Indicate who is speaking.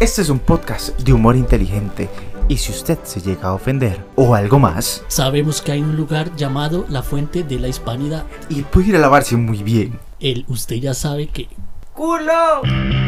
Speaker 1: Este es un podcast de humor inteligente y si usted se llega a ofender o algo más,
Speaker 2: Sabemos que hay un lugar llamado la Fuente de la Hispanidad.
Speaker 1: y puede ir a lavarse muy bien.
Speaker 2: El usted ya sabe que
Speaker 3: culo.